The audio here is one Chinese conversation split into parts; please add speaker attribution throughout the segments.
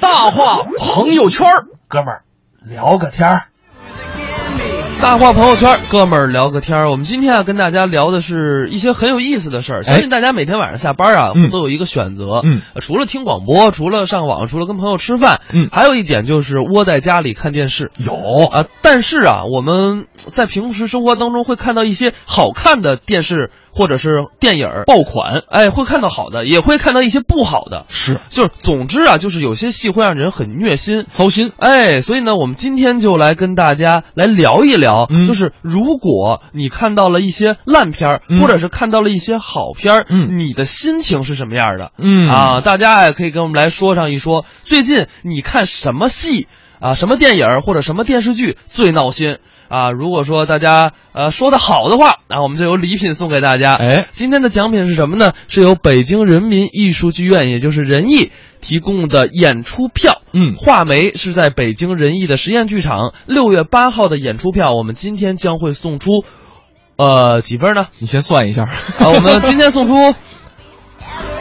Speaker 1: 大话朋友圈儿，
Speaker 2: 哥们儿，聊个天儿。
Speaker 1: 大话朋友圈儿，哥们儿聊个天儿。我们今天啊，跟大家聊的是一些很有意思的事儿。相信大家每天晚上下班啊，
Speaker 2: 哎嗯
Speaker 1: 都有一个选择，
Speaker 2: 嗯
Speaker 1: 呃除了听广播，除了上网，除了跟朋友吃饭，
Speaker 2: 嗯
Speaker 1: 还有一点就是窝在家里看电视。
Speaker 2: 有
Speaker 1: 啊、但是啊，我们在平时生活当中会看到一些好看的电视或者是电影儿爆款，哎，会看到好的，也会看到一些不好的。
Speaker 2: 是
Speaker 1: 就是总之啊，就是有些戏会让人很虐心。
Speaker 2: 糟心，
Speaker 1: 哎，所以呢，我们今天就来跟大家来聊一聊，
Speaker 2: 嗯
Speaker 1: 就是如果你看到了一些烂片儿，
Speaker 2: 嗯
Speaker 1: 或者是看到了一些好片儿，
Speaker 2: 嗯
Speaker 1: 你的心情是什么样的？
Speaker 2: 嗯
Speaker 1: 啊，大家也可以跟我们来说上一说，最近你看什么戏啊，什么电影儿或者什么电视剧最闹心啊？如果说大家呃说的好的话，那、我们就有礼品送给大家。
Speaker 2: 哎，
Speaker 1: 今天的奖品是什么呢？是由北京人民艺术剧院，也就是人艺提供的演出票。
Speaker 2: 嗯
Speaker 1: 画眉是在北京人艺的实验剧场六月八号的演出票，我们今天将会送出，呃，几份呢？
Speaker 2: 你先算一下，
Speaker 1: 啊，我们今天送出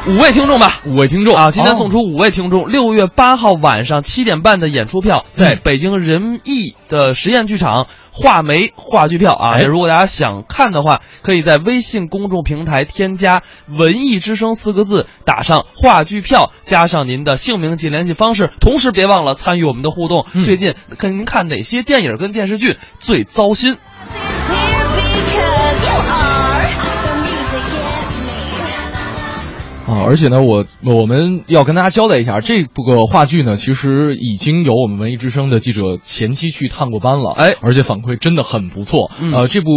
Speaker 1: 五位听众吧。
Speaker 2: 五位听众哦
Speaker 1: 啊，今天送出五位听众，六月八号晚上七点半的演出票，在
Speaker 2: 嗯
Speaker 1: 北京人艺的实验剧场画眉话剧票啊。
Speaker 2: 哎
Speaker 1: 如果大家想看的话，可以在微信公众平台添加“文艺之声”四个字，打上话剧票，加上您的姓名及联系方式。同时，别忘了参与我们的互动。
Speaker 2: 嗯
Speaker 1: 最近跟您看哪些电影跟电视剧最糟心？
Speaker 3: Here because you are the music in me.
Speaker 2: 啊！而且呢，我我们要跟大家交代一下，这部个话剧呢，其实已经有我们文艺之声的记者前期去探过班了，
Speaker 1: 哎
Speaker 2: 而且反馈真的很不错。
Speaker 1: 嗯
Speaker 2: 呃，这部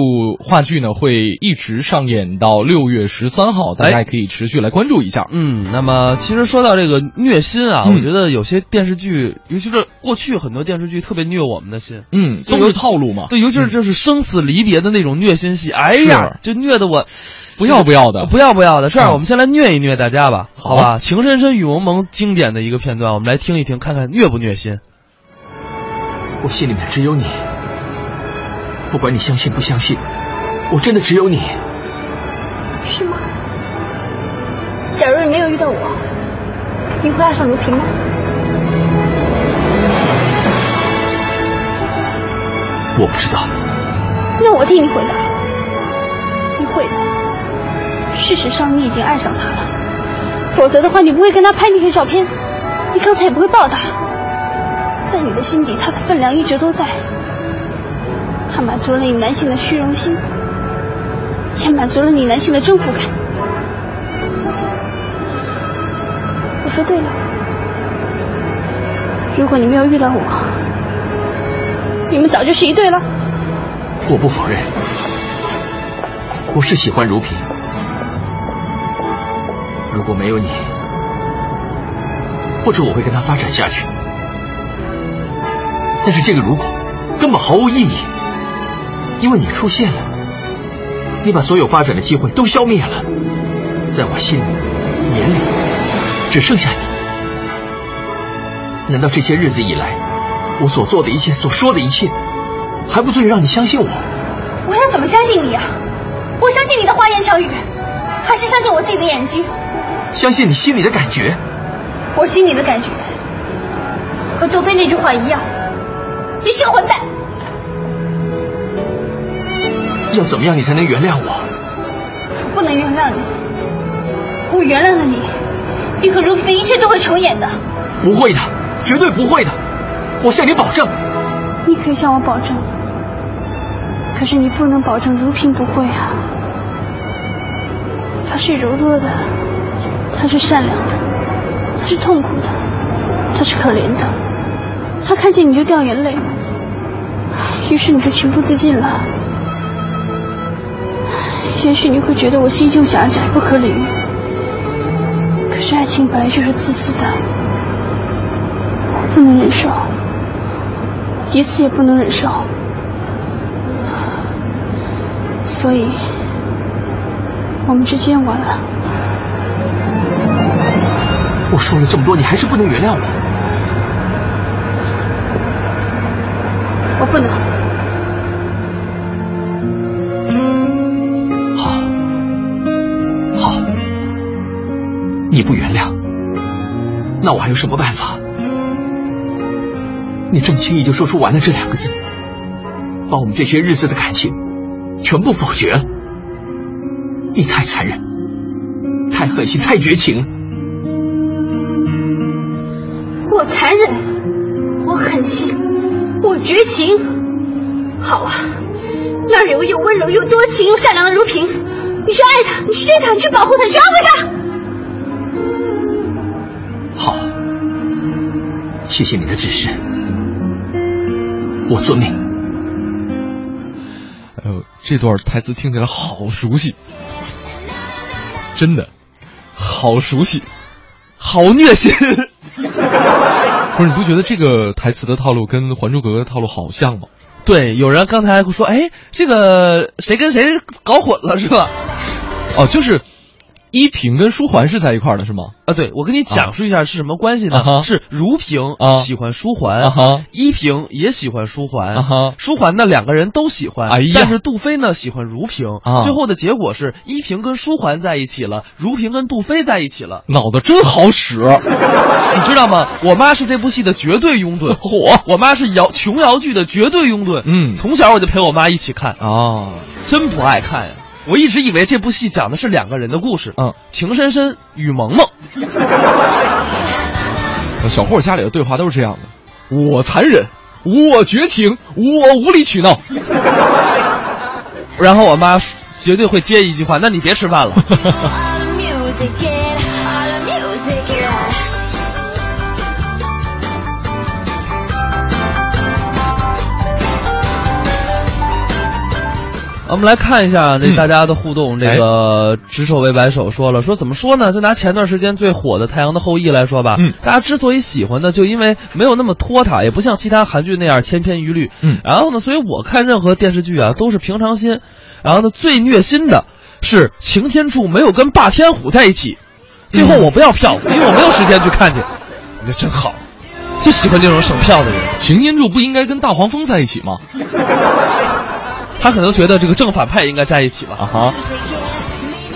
Speaker 2: 话剧呢会一直上演到六月十三号，大家
Speaker 1: 哎
Speaker 2: 也可以持续来关注一下。
Speaker 1: 嗯，那么其实说到这个虐心啊，
Speaker 2: 嗯
Speaker 1: 我觉得有些电视剧，尤其是过去很多电视剧特别虐我们的心。
Speaker 2: 嗯，
Speaker 1: 就
Speaker 2: 都
Speaker 1: 有
Speaker 2: 是套路嘛，嗯
Speaker 1: 对，尤其是就是生死离别的那种虐心戏，哎呀，就虐得我
Speaker 2: 不要不要的，
Speaker 1: 不要不要的。这样，
Speaker 2: 嗯
Speaker 1: 我们先来虐一虐大家吧，
Speaker 2: 好
Speaker 1: 好吧？情深深雨蒙蒙经典的一个片段，我们来听一听，看看虐不虐心。
Speaker 4: 我心里面只有你，不管你相信不相信，我真的只有你。
Speaker 5: 是吗？假如你没有遇到我，你会爱上卢平吗？
Speaker 4: 我不知道，
Speaker 5: 那我替你回答，你会的。事实上，你已经爱上他了，否则的话，你不会跟他拍那些照片，你刚才也不会抱他。在你的心底，他的分量一直都在，他满足了你男性的虚荣心，也满足了你男性的征服感。我说对了，如果你没有遇到我，你们早就是一对了。
Speaker 4: 我不否认，我是喜欢如萍。如果没有你，或者我会跟他发展下去。但是这个如果根本毫无意义，因为你出现了，你把所有发展的机会都消灭了，在我心里、眼里，只剩下你。难道这些日子以来，我所做的一切、所说的一切，还不足以让你相信我？
Speaker 5: 我要怎么相信你呀、我相信你的花言巧语，还是相信我自己的眼睛，
Speaker 4: 相信你心里的感觉。
Speaker 5: 我心里的感觉，和多菲那句话一样，你是个混蛋。
Speaker 4: 要怎么样你才能原谅我？
Speaker 5: 我不能原谅你，我原谅了你，你和如萍的一切都会重演的。
Speaker 4: 不会的，绝对不会的，我向你保证。
Speaker 5: 你可以向我保证，可是你不能保证如萍不会啊。她是柔弱的，她是善良的，她是痛苦的，她是可怜的。她看见你就掉眼泪，于是你就情不自禁了。也许你会觉得我心胸狭窄、不可理喻，可是爱情本来就是自私的，我不能忍受。一次也不能忍受。所以，我们之间完了。
Speaker 4: 我说了这么多，你还是不能原谅我。
Speaker 5: 我不能，
Speaker 4: 好，好，你不原谅，那我还有什么办法？你这么轻易就说出“完了”这两个字，把我们这些日子的感情全部否决了。你太残忍，太狠心，太绝情了。
Speaker 5: 我残忍，我狠心，我绝情。好啊，那儿有又温柔又多情又善良的如萍，你去爱她，你去追她，你去保护她，你去安慰她。
Speaker 4: 好，谢谢你的指示，我遵命。
Speaker 2: 哎呦，这段台词听起来好熟悉，真的，好熟悉，好虐心。不是，你不觉得这个台词的套路跟《还珠格格》的套路好像吗？
Speaker 1: 对，有人刚才说，哎，这个谁跟谁搞混了是吧？
Speaker 2: 哦，就是依萍跟书桓是在一块儿的，是吗？
Speaker 1: 啊，对，我跟你讲述一下是什么关系呢？
Speaker 2: 啊哈
Speaker 1: 是如萍
Speaker 2: 啊
Speaker 1: 喜欢书桓，
Speaker 2: 啊哈
Speaker 1: 依萍也喜欢书桓，
Speaker 2: 啊哈
Speaker 1: 书桓呢两个人都喜欢，
Speaker 2: 哎呀
Speaker 1: 但是杜飞呢喜欢如萍，
Speaker 2: 啊
Speaker 1: 最后的结果是依萍跟书桓在一起了，如萍跟杜飞在一起了。
Speaker 2: 脑子真好使，
Speaker 1: 你知道吗？我妈是这部戏的绝对拥趸，
Speaker 2: 嚯
Speaker 1: 我妈是摇琼瑶剧的绝对拥趸，
Speaker 2: 嗯
Speaker 1: 从小我就陪我妈一起看，
Speaker 2: 啊！
Speaker 1: 真不爱看呀。我一直以为这部戏讲的是两个人的故事，
Speaker 2: 嗯，
Speaker 1: 情深深雨蒙蒙。
Speaker 2: 小霍家里的对话都是这样的：我残忍，我绝情，我无理取闹。
Speaker 1: 然后我妈绝对会接一句话：“那你别吃饭了。
Speaker 3: All the music, yeah. All the music, yeah.
Speaker 1: 我们来看一下这
Speaker 2: 嗯
Speaker 1: 大家的互动。这个执手为白手说了，说怎么说呢？就拿前段时间最火的《太阳的后裔》来说吧，
Speaker 2: 嗯
Speaker 1: 大家之所以喜欢呢，就因为没有那么拖沓，也不像其他韩剧那样千篇一律，
Speaker 2: 嗯
Speaker 1: 然后呢，所以我看任何电视剧啊都是平常心。然后呢，最虐心的是擎天柱没有跟霸天虎在一起，最
Speaker 2: 嗯
Speaker 1: 后我不要票，因为我没有时间去看去。我觉得真好，就喜欢这种省票的人。
Speaker 2: 擎天柱不应该跟大黄蜂在一起吗？
Speaker 1: 他可能觉得这个正反派应该在一起
Speaker 2: 啊
Speaker 1: 吧。
Speaker 2: 哈。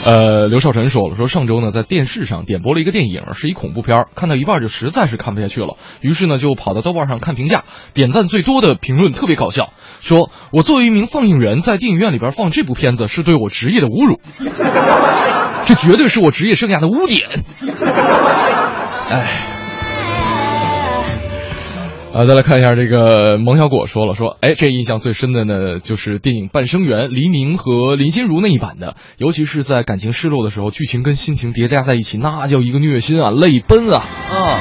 Speaker 2: 呃，刘少晨说了，说上周呢在电视上点播了一个电影，是一恐怖片儿，看到一半就实在是看不下去了，于是呢就跑到豆瓣上看评价，点赞最多的评论特别搞笑，说我作为一名放映员，在电影院里边放这部片子是对我职业的侮辱，这绝对是我职业生涯的污点。哎。啊，再来看一下这个萌小果说了说，哎，这印象最深的呢，就是电影《半生缘》黎明和林心如那一版的，尤其是在感情失落的时候，剧情跟心情叠加在一起，那叫一个虐心啊，泪奔啊！
Speaker 1: 啊，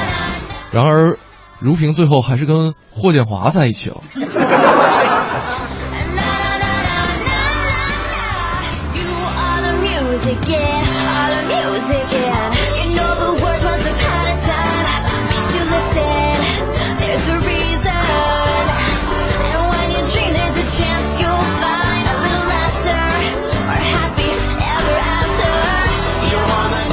Speaker 2: 然而，如萍最后还是跟霍建华在一起了。
Speaker 3: You are the music, yeah. All the music, yeah. You know the words once upon a time. Makes you listen. There's a reason. And when you dream, there's a chance you'll find a little laughter or happy ever after. You are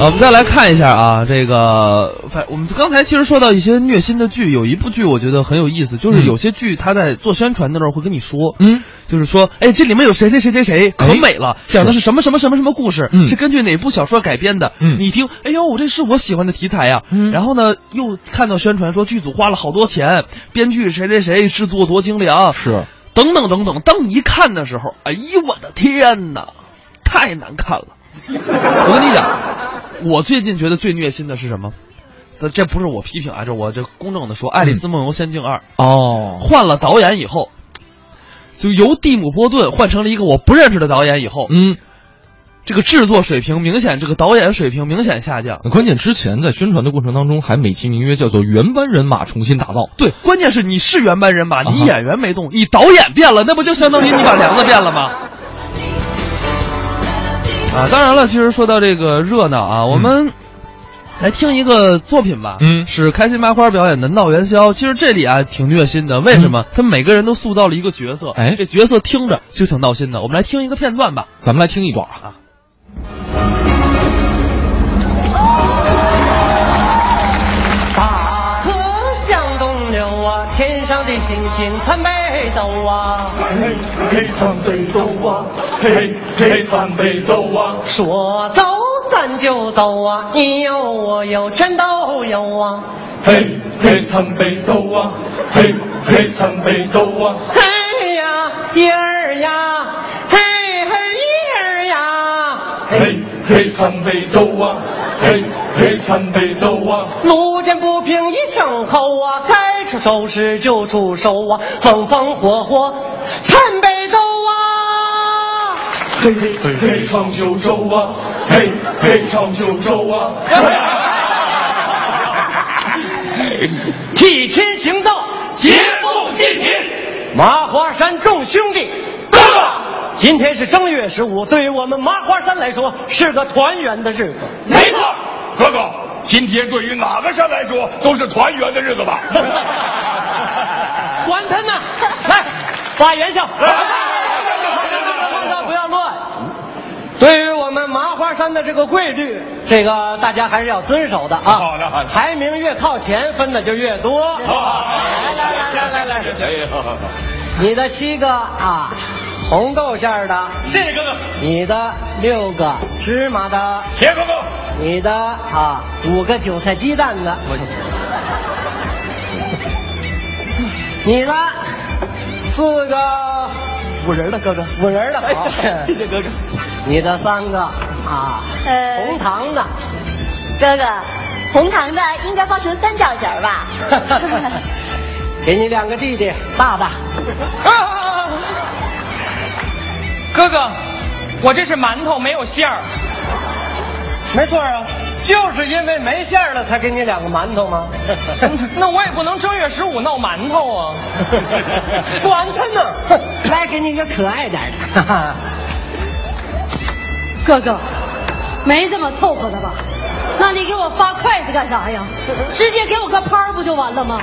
Speaker 3: the
Speaker 1: 呃我们再来看一下啊，这个反我们刚才其实说到一些虐心的剧，有一部剧我觉得很有意思，就是
Speaker 2: 嗯
Speaker 1: 有些剧他在做宣传的时候会跟你说，
Speaker 2: 嗯，
Speaker 1: 就是说，哎，这里面有谁谁谁谁谁可
Speaker 2: 哎
Speaker 1: 美了，讲的是什么什么什么什么故事，
Speaker 2: 嗯
Speaker 1: 是根据哪部小说改编的，
Speaker 2: 嗯
Speaker 1: 你一听，哎呦，这是我喜欢的题材呀、
Speaker 2: 嗯
Speaker 1: 然后呢，又看到宣传说剧组花了好多钱，编剧谁谁谁，制作多精良，
Speaker 2: 是，
Speaker 1: 等等等等，当你一看的时候，哎呦我的天哪，太难看了！我跟你讲，我最近觉得最虐心的是什么？这这不是我批评啊，这我这公正的说，《
Speaker 2: 嗯
Speaker 1: 爱丽丝梦游仙境二》
Speaker 2: 哦，
Speaker 1: 换了导演以后，就由蒂姆·波顿换成了一个我不认识的导演以后，
Speaker 2: 嗯，
Speaker 1: 这个制作水平明显，这个导演水平明显下降。
Speaker 2: 关键之前在宣传的过程当中，还美其名曰叫做原班人马重新打造。
Speaker 1: 对，关键是你是原班人马，
Speaker 2: 啊
Speaker 1: 你
Speaker 2: 哈
Speaker 1: 演员没动，你导演变了，那不就相当于你把梁子变了吗？啊，当然了，其实说到这个热闹啊，我们来听一个作品吧，
Speaker 2: 嗯
Speaker 1: 是开心麻花表演的《闹元宵》。其实这里啊挺虐心的，为什么？他们每个人都塑造了一个角色，
Speaker 2: 嗯哎
Speaker 1: 这角色听着就挺闹心的。我们来听一个片段吧。
Speaker 2: 咱们来听一段啊。
Speaker 6: 大河向东流啊，天上的星星参北斗啊。
Speaker 7: 嘿，嘿，三杯豆啊，嘿，嘿，三杯豆啊，
Speaker 6: 说走咱就走啊，你有我有全都有啊。
Speaker 7: 嘿嘿参北斗啊，嘿嘿参北斗啊，
Speaker 6: 嘿呀，一儿呀，嘿嘿一儿呀，
Speaker 7: 嘿嘿参北斗啊，嘿嘿参北斗啊，
Speaker 6: 路见不平一声吼啊，该出手时就出手啊，风风火火参北斗啊，
Speaker 7: 嘿嘿嘿闯九州啊，嘿嘿闯九州啊。
Speaker 6: 替天行道，
Speaker 7: 劫富济贫，
Speaker 6: 麻花山众兄弟，
Speaker 7: 干了！
Speaker 6: 今天是正月十五，对于我们麻花山来说是个团圆的日子。
Speaker 7: 没错，哥哥，今天对于哪个山来说都是团圆的日子吧？
Speaker 6: 管他呢，来发元宵。
Speaker 7: 哎
Speaker 6: 不要乱。对于我们麻花山的这个规律，这个大家还是要遵守的啊。
Speaker 7: 好的好的
Speaker 6: 排名越靠前，分的就越多。来来来来来来，
Speaker 7: 哎
Speaker 6: 你的七个啊，红豆馅儿的；
Speaker 7: 谢谢哥哥，
Speaker 6: 你的六个芝麻的；
Speaker 7: 谢谢哥哥，
Speaker 6: 你的啊五个韭菜鸡蛋的；你的四个
Speaker 8: 五人的哥哥，
Speaker 6: 五仁儿的好，
Speaker 8: 谢谢哥哥。
Speaker 6: 你的三个啊
Speaker 3: 呃
Speaker 6: 红糖的。
Speaker 3: 哥哥，红糖的应该包成三角形儿 吧？
Speaker 6: 给你两个弟弟，大大。
Speaker 9: 哥哥，我这是馒头没有馅儿。
Speaker 6: 没错啊，就是因为没馅儿了才给你两个馒头吗？
Speaker 9: 那我也不能正月十五闹馒头 啊。
Speaker 6: 管他 呢！哼来，给你一个可爱点儿的。
Speaker 10: 哥哥，没这么凑合的吧？那你给我发筷子干啥呀？ 直接给我个拍儿不就完了 吗？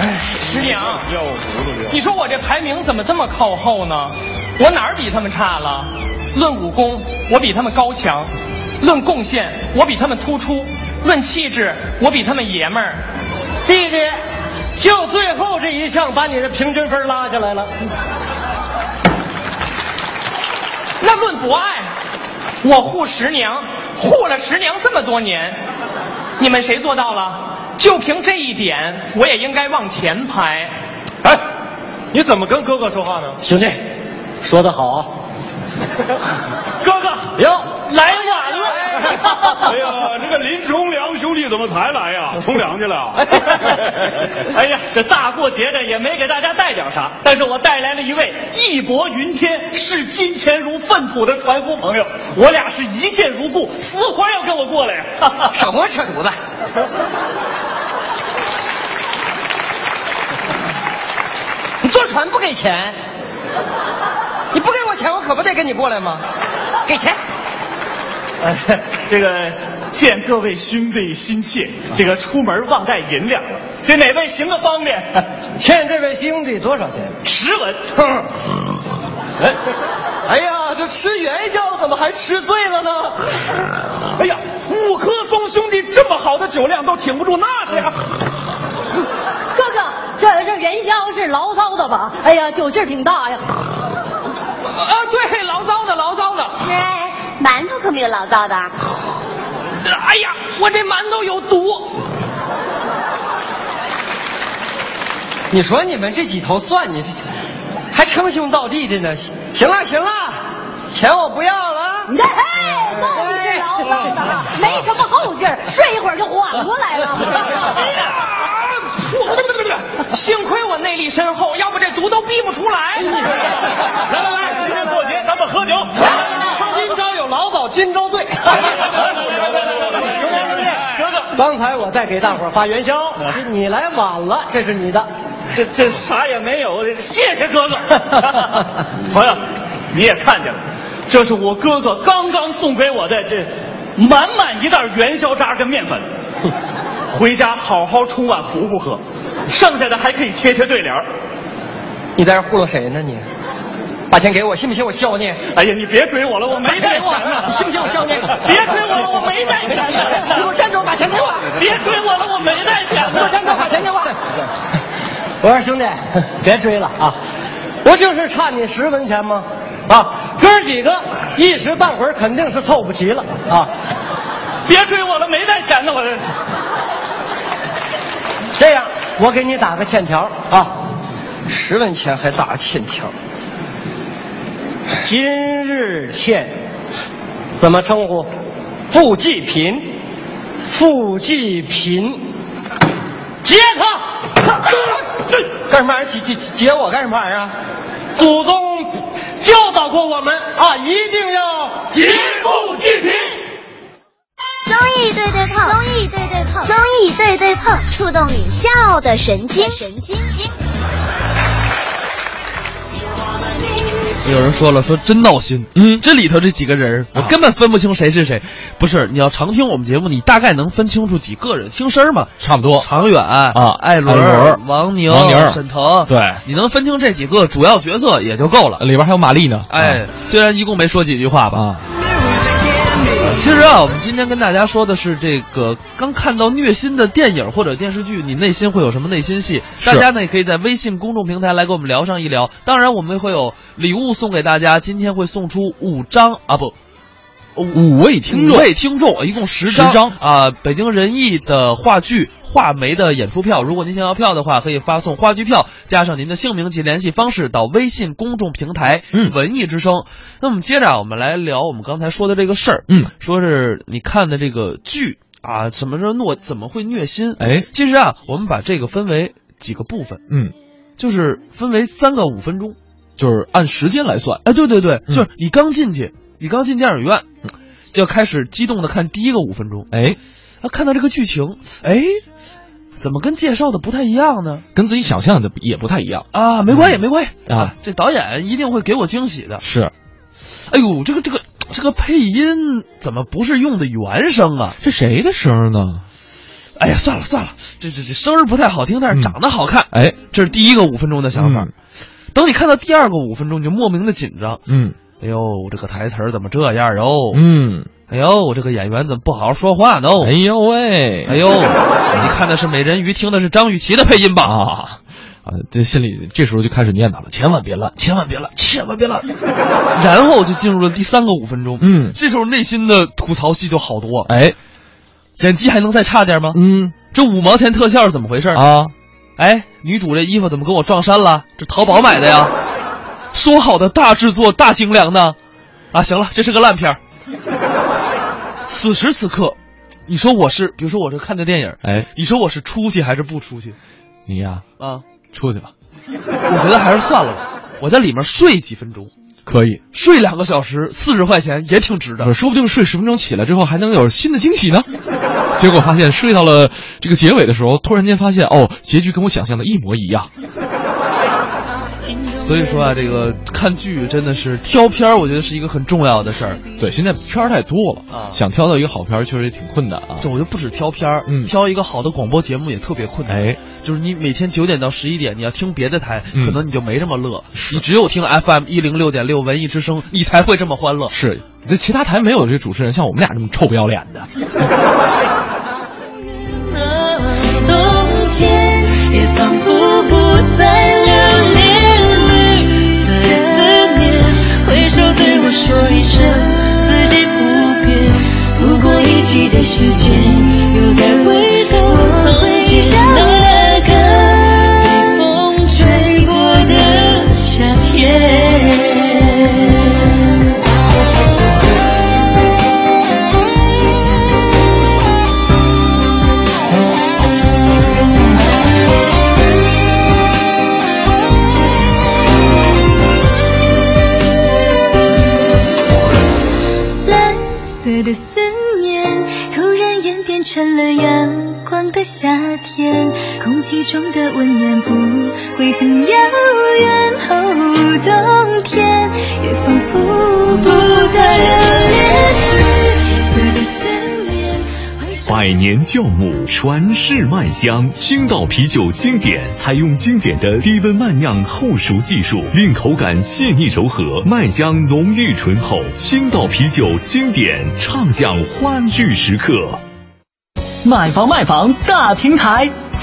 Speaker 9: 哎师娘，你说我这排名怎么这么靠后呢？我哪儿比他们差了？论武功，我比他们高强；论贡献，我比他们突出；论气质，我比他们爷们儿。
Speaker 6: 弟弟，就最后这一项把你的平均分拉下来了。
Speaker 9: 那论博爱，我护十娘，护了十娘这么多年，你们谁做到了？就凭这一点，我也应该往前排。
Speaker 7: 哎，你怎么跟哥哥说话呢？
Speaker 6: 兄弟，说得 好啊！
Speaker 7: 哥哥，
Speaker 6: 哟，来晚 了。
Speaker 7: 哎呀，这个林重良兄弟怎么才来呀？冲凉去了？ 哎呀，
Speaker 9: 啊这大过节的也没给大家带点啥，但是我带来了一位义薄云天、视金钱如粪土的船夫朋友，我俩是一见如故，死活要跟我过来呀、
Speaker 6: 少跟我 扯犊子！你坐船不给钱，你不给我钱，我可不得跟你过来吗？给钱。
Speaker 9: 哎， 这个见各位兄弟心切，这个出门忘带银两了，这哪位行个方便？
Speaker 6: 欠这位兄弟多少钱？
Speaker 9: 十文。
Speaker 6: 哎，哎呀，这吃元宵怎么还吃 醉了呢？
Speaker 9: 哎呀，五棵松兄弟这么好的酒量都挺不住那些。啊
Speaker 10: 哥哥，这这元宵是醪糟的吧？哎呀，酒劲儿挺大呀。
Speaker 9: 啊，对，醪糟的，醪糟的。
Speaker 3: 哎，馒头可没有醪糟的。
Speaker 9: 哎呀，我这馒头有毒。
Speaker 6: 你说你们这几头蒜，你这还称兄道弟的呢？行了行了，钱我不要了。啊
Speaker 10: 你看，哎，到底是醪糟的了，没什么后劲儿，睡一会儿就缓过来 了。
Speaker 9: 啊！不不不不，幸亏我内力深厚，要不这毒都逼不出
Speaker 6: 哎
Speaker 9: 来。
Speaker 7: 来来来，今天过节咱们喝酒。
Speaker 6: 今朝有老早今朝醉。
Speaker 7: 哥哥，
Speaker 6: 刚才我在给大伙儿发元宵，你来晚了，这是你的。
Speaker 9: 这这啥也没有，谢谢 哥哥
Speaker 6: 朋
Speaker 9: 友，你也看见了，这是我哥哥刚刚送给我的这满满一袋元宵渣跟 面粉，回家好好冲碗糊糊喝，剩下的还可以贴贴对联儿。
Speaker 6: 你在这糊弄谁呢你？把钱给我，信不信我削你？
Speaker 9: 哎呀，你别追我了，我没带钱呢，
Speaker 6: 信不信我削你？
Speaker 9: 别追我了，我没带钱呢。
Speaker 6: 你给我站住，把钱给我！
Speaker 9: 别追我了，我没带钱
Speaker 6: 给我
Speaker 9: 呢。
Speaker 6: 站住，把钱给我！我说兄弟，别追了啊！不就是差你十文钱吗？啊，哥儿几个一时半会儿肯定是凑不齐了啊！
Speaker 9: 别追我了，没带钱呢，我这。
Speaker 6: 这样，我给你打个欠条啊，十文钱还打欠条。今日欠，怎么称呼？付继贫，付继贫，劫他！干什么玩意儿？劫劫劫我干什么玩意儿啊？祖宗教导过我们啊，一定要劫富济贫。
Speaker 11: 综艺对对碰，综艺对对碰，综艺对对碰，触动你笑的神经，神经经。
Speaker 1: 有人说了，说真闹心。嗯，这里头这几个人
Speaker 2: 啊
Speaker 1: 儿，我根本分不清谁是谁。不是，你要常听我们节目，你大概能分清楚几个人，听声儿嘛。
Speaker 2: 差不多。
Speaker 1: 常远啊艾伦、
Speaker 2: 伦
Speaker 1: 王宁、
Speaker 2: 王宁
Speaker 1: 沈腾，
Speaker 2: 对，
Speaker 1: 你能分清这几个主要角色也就够了。
Speaker 2: 里边还有玛丽呢。啊
Speaker 1: 哎，虽然一共没说几句话吧。其实啊，我们今天跟大家说的是这个刚看到虐心的电影或者电视剧，你内心会有什么内心戏？
Speaker 2: 是
Speaker 1: 大家呢也可以在微信公众平台来跟我们聊上一聊。当然，我们会有礼物送给大家，今天会送出五张啊不。
Speaker 2: 呃五位听众
Speaker 1: 五位听众，一共十张，
Speaker 2: 十张
Speaker 1: 啊！北京人艺的话剧《画眉》的演出票，如果您想要票的话，可以发送话剧票加上您的姓名及联系方式到微信公众平台“嗯文艺之声”。那么接着啊，我们来聊我们刚才说的这个事儿，
Speaker 2: 嗯，
Speaker 1: 说是你看的这个剧啊，怎么说诺怎么会虐心？
Speaker 2: 哎，
Speaker 1: 其实啊，我们把这个分为几个部分，
Speaker 2: 嗯，
Speaker 1: 就是分为三个五分钟。
Speaker 2: 就是按时间来算。嗯
Speaker 1: 哎，对对对，就是你刚进去，你刚进电影院，就要开始激动的看第一个五分钟。
Speaker 2: 哎，
Speaker 1: 啊，看到这个剧情，哎，怎么跟介绍的不太一样呢？
Speaker 2: 跟自己想象的也不太一样。
Speaker 1: 啊，没关系，没关系
Speaker 2: 啊
Speaker 1: 这导演一定会给我惊喜的。
Speaker 2: 是，
Speaker 1: 哎呦，这个这个这个配音怎么不是用的原声啊？
Speaker 2: 这谁的声儿呢？
Speaker 1: 哎呀，算了算了，这这这声儿不太好听，但是长得好看。
Speaker 2: 嗯哎，
Speaker 1: 这是第一个五分钟的想法。等你看到第二个五分钟，你就莫名的紧张。
Speaker 2: 嗯
Speaker 1: 哎呦，这个台词儿怎么这样哟？
Speaker 2: 嗯，
Speaker 1: 哎呦，这个演员怎么不好好说话呢？
Speaker 2: 哎呦喂，
Speaker 1: 哎呦，你看的是美人鱼，听的是张雨绮的配音吧？
Speaker 2: 啊啊，这心里这时候就开始念叨了，千万别乱，千万别乱，千万别乱。
Speaker 1: 然后就进入了第三个五分钟。
Speaker 2: 嗯
Speaker 1: 这时候内心的吐槽戏就好多。
Speaker 2: 哎，
Speaker 1: 演技还能再差点吗？
Speaker 2: 嗯
Speaker 1: 这五毛钱特效是怎么回事？
Speaker 2: 啊，
Speaker 1: 哎，女主这衣服怎么跟我撞衫了？这淘宝买的呀？说好的大制作、大精良呢？啊，行了，这是个烂片儿。此时此刻，你说我是，比如说我是看的电影，
Speaker 2: 哎，
Speaker 1: 你说我是出去还是不出去
Speaker 2: 你呀，
Speaker 1: 啊？
Speaker 2: 出去吧，
Speaker 1: 我觉得还是算了吧，我在里面睡几分钟，
Speaker 2: 可以。
Speaker 1: 睡两个小时，四十块钱也挺值
Speaker 2: 不是
Speaker 1: 的。
Speaker 2: 说不定睡十分钟起来之后还能有新的惊喜 呢。结果发现睡到了这个结尾的时候，突然间发现哦，结局跟我想象的一模一样。
Speaker 1: 所以说啊，这个看剧真的是挑片儿，我觉得是一个很重要的事儿。
Speaker 2: 对，现在片儿太多了
Speaker 1: 啊
Speaker 2: 想挑到一个好片儿确实也挺困难啊。
Speaker 1: 这我就不止挑片儿，
Speaker 2: 嗯
Speaker 1: 挑一个好的广播节目也特别困难。
Speaker 2: 哎，
Speaker 1: 就是你每天九点到十一点，你要听别的台，
Speaker 2: 嗯
Speaker 1: 可能你就没这么乐。你只有听 FM 一零六点六文艺之声，你才会这么欢乐。
Speaker 2: 是，这其他台没有这主持人像我们俩这么臭不要脸的。
Speaker 3: 冬天也仿佛不再留恋，绿色的思念，挥手对我说一声自己不变。不过一季的时间，有点味道，总会记得那个被风吹过的夏天。蓝色的思念突然演变成了阳光的夏天，空气中的温暖不会很遥远。哦，冬天也仿佛不再留恋。绿色的思念，回首
Speaker 12: 百年酵母，传世麦香。青岛啤酒经典采用经典的低温慢酿后熟技术，令口感细腻柔和，麦香浓郁醇厚。青岛啤酒经典，畅享欢聚时刻。
Speaker 13: 买房卖房大平台，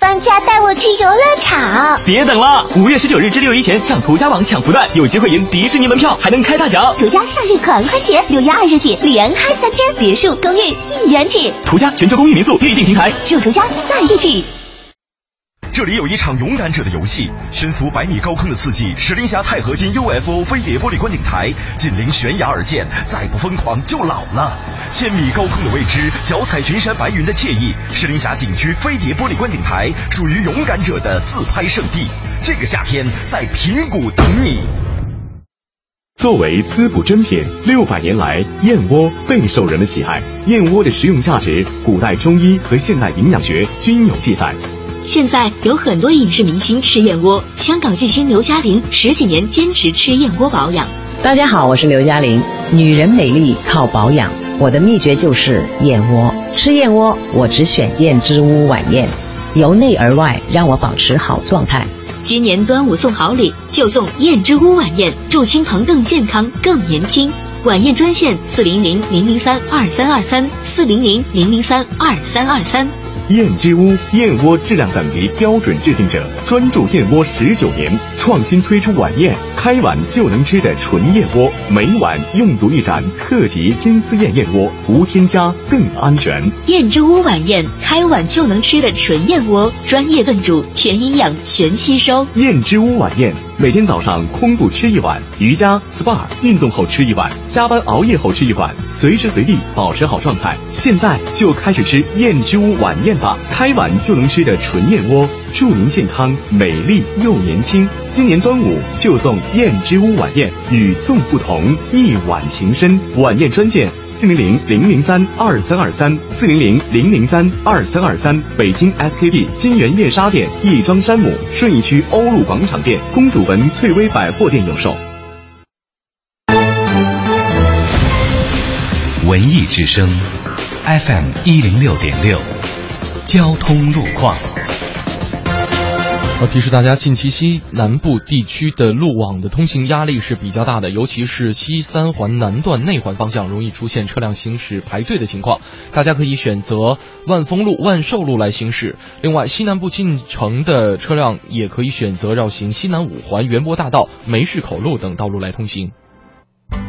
Speaker 11: 放假带我去游乐场，
Speaker 14: 别等了，五月十九日至六一前上途家网抢福袋，有机会赢迪士尼门票，还能开大奖。
Speaker 11: 途家夏日狂欢节，六月二日起连开三天，别墅、公寓一元起。
Speaker 14: 途家全球公寓民宿预订平台，
Speaker 11: 住途家在一起。
Speaker 15: 这里有一场勇敢者的游戏，悬浮百米高空的刺激，石林峡钛合金 UFO 飞碟玻璃观景台，紧邻悬崖而建，再不疯狂就老了。千米高空的未知，脚踩群山白云的惬意，石林峡景区飞碟玻璃观景台属于勇敢者的自拍圣地。这个夏天在平谷等你。
Speaker 12: 作为滋补珍品，六百年来燕窝备受人们喜爱。燕窝的食用价值，古代中医和现代营养学均有记载。
Speaker 16: 现在有很多影视明星吃燕窝，香港巨星刘嘉玲十几年坚持吃燕窝保养。
Speaker 17: 大家好，我是刘嘉玲。女人美丽靠保养，我的秘诀就是燕窝。吃燕窝，我只选燕之屋晚宴，由内而外让我保持好状态。
Speaker 16: 今年端午送好礼，就送燕之屋晚宴，祝亲朋更健康、更年轻。晚宴专线四零零零零三二三二三四零零零零三二三二三。
Speaker 12: 燕之屋燕窝质量等级标准制定者，专注燕窝十九年，创新推出晚宴开碗就能吃的纯燕窝，每碗用足一盏特级金丝燕燕窝，无添加更安全。
Speaker 16: 燕之屋晚宴开碗就能吃的纯燕窝，专业炖煮，全营养，全吸收。
Speaker 12: 燕之屋晚宴，每天早上空腹吃一碗，瑜伽、SPA 运动后吃一碗，加班熬夜后吃一碗，随时随地保持好状态。现在就开始吃燕之屋晚宴。吧，开碗就能吃的纯燕窝，祝您健康、美丽又年轻。今年端午就送燕之屋晚宴，与众不同，一碗情深。晚宴专线：四零零零零三二三二三，四零零零零三二三二三。北京 SKP 金源燕莎店、亦庄山姆、顺义区欧陆广场店、公主坟翠微百货店有售。
Speaker 18: 文艺之声，FM 一零六点六。交通路况。
Speaker 2: 要呃提示大家，近期西南部地区的路网的通行压力是比较大的，尤其是西三环南段内环方向容易出现车辆行驶排队的情况。大家可以选择万丰路、万寿路来行驶。另外，西南部进城的车辆也可以选择绕行西南五环、园博大道、梅市口路等道路来通行。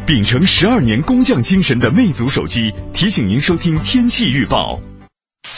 Speaker 12: 秉承十二年工匠精神的魅族手机提醒您收听天气预报。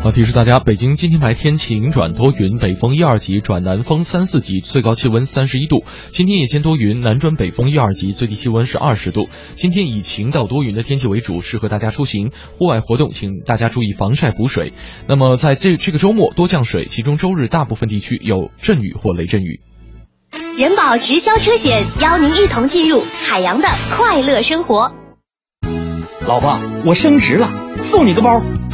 Speaker 2: 好，提示大家，北京今天白天晴转多云，北风一二级转南风三四级，最高气温三十一度。今天夜间多云，南转北风一二级，最低气温是二十度。今天以晴到多云的天气为主，适合大家出行、户外活动，请大家注意防晒补水。那么在这这个周末多降水，其中周日大部分地区有阵雨或雷阵雨。
Speaker 11: 人保直销车险邀您一同进入海洋的快乐生活。
Speaker 14: 老婆，我升职了，送你个包。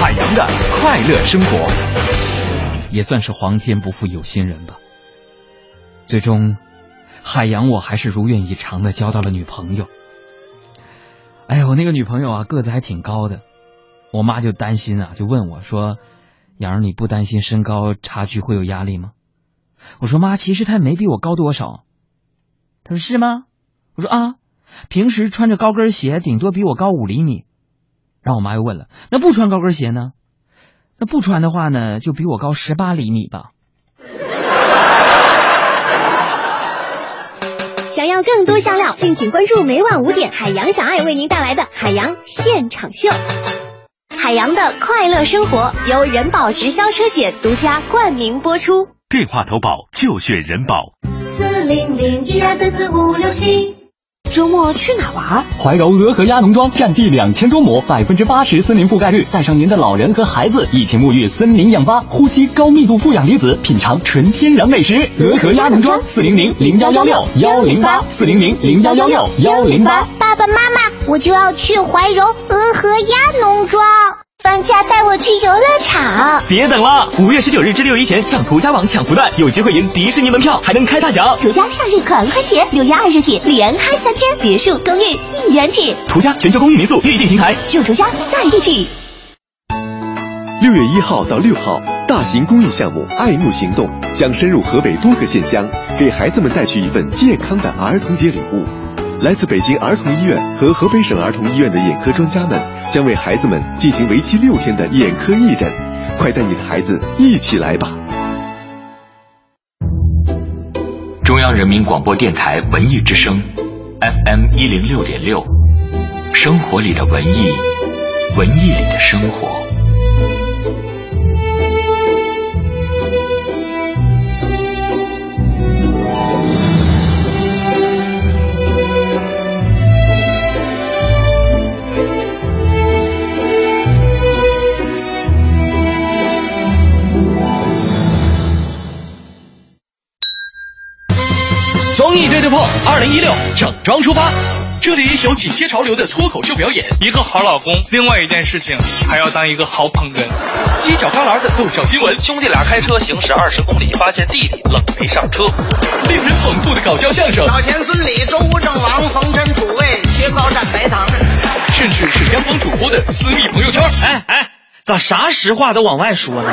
Speaker 18: 海洋的快乐生活，
Speaker 19: 也算是皇天不负有心人吧。最终，海洋我还是如愿以偿的交到了女朋友。哎呀，我那个女朋友啊，个子还挺高的，我妈就担心啊，就问我说：“洋儿，你不担心身高差距会有压力吗？”我说：“妈，其实她也没比我高多少。”她说：“是吗？”我说：“啊，平时穿着高跟鞋，顶多比我高五厘米。”然后我妈又问了：“那不穿高跟鞋呢？那不穿的话呢，就比我高十八厘米吧。”
Speaker 11: 想要更多香料，敬请关注每晚五点海洋小爱为您带来的海洋现场秀。海洋的快乐生活，由人保直销车险独家冠名播出。
Speaker 20: 电话投保就选人保。
Speaker 11: 四零零一二三四五六七。周末去哪玩？
Speaker 21: 啊怀柔鹅和鸭农庄占地两千多亩，百分之八十森林覆盖率，带上您的老人和孩子一起沐浴森林氧吧，呼吸高密度负氧离子，品尝纯天然美食。鹅和鸭农庄四零零零幺幺六幺零八四零零零幺幺六幺零八。
Speaker 11: 爸爸妈妈，我就要去怀柔鹅和鸭农庄，放假带我去游乐场。
Speaker 22: 别等了，五月十九日至六一前上途家网抢福袋，有机会赢迪士尼门票，还能开大奖。
Speaker 11: 途家夏日狂欢节，六月二日起连开三天，别墅、公寓一元起。
Speaker 22: 途家全球公寓民宿预订平台。
Speaker 11: 住途家，在一起。
Speaker 12: 六月一号到六号，大型公益项目“爱慕行动”将深入河北多个县乡，给孩子们带去一份健康的儿童节礼物。来自北京儿童医院和河北省儿童医院的眼科专家们将为孩子们进行为期六天的眼科义诊，快带你的孩子一起来吧！
Speaker 20: 中央人民广播电台文艺之声，FM 一零六点六，生活里的文艺，文艺里的生活。
Speaker 14: 综艺对对碰，二零一六整装出发。这里有紧贴潮流的脱口秀表演，一个好老公，另外一件事情还要当一个好捧哏。犄角旮旯的逗笑新闻，兄弟俩开车行驶二十公里，发现弟弟冷没上车。令人捧腹的搞笑相声，
Speaker 6: 老田、孙李、周吴、郑王、冯真、楚卫、薛高、占白糖。
Speaker 14: 甚至是央广主播的私密朋友圈。哎哎，咋啥实话都往外说呢？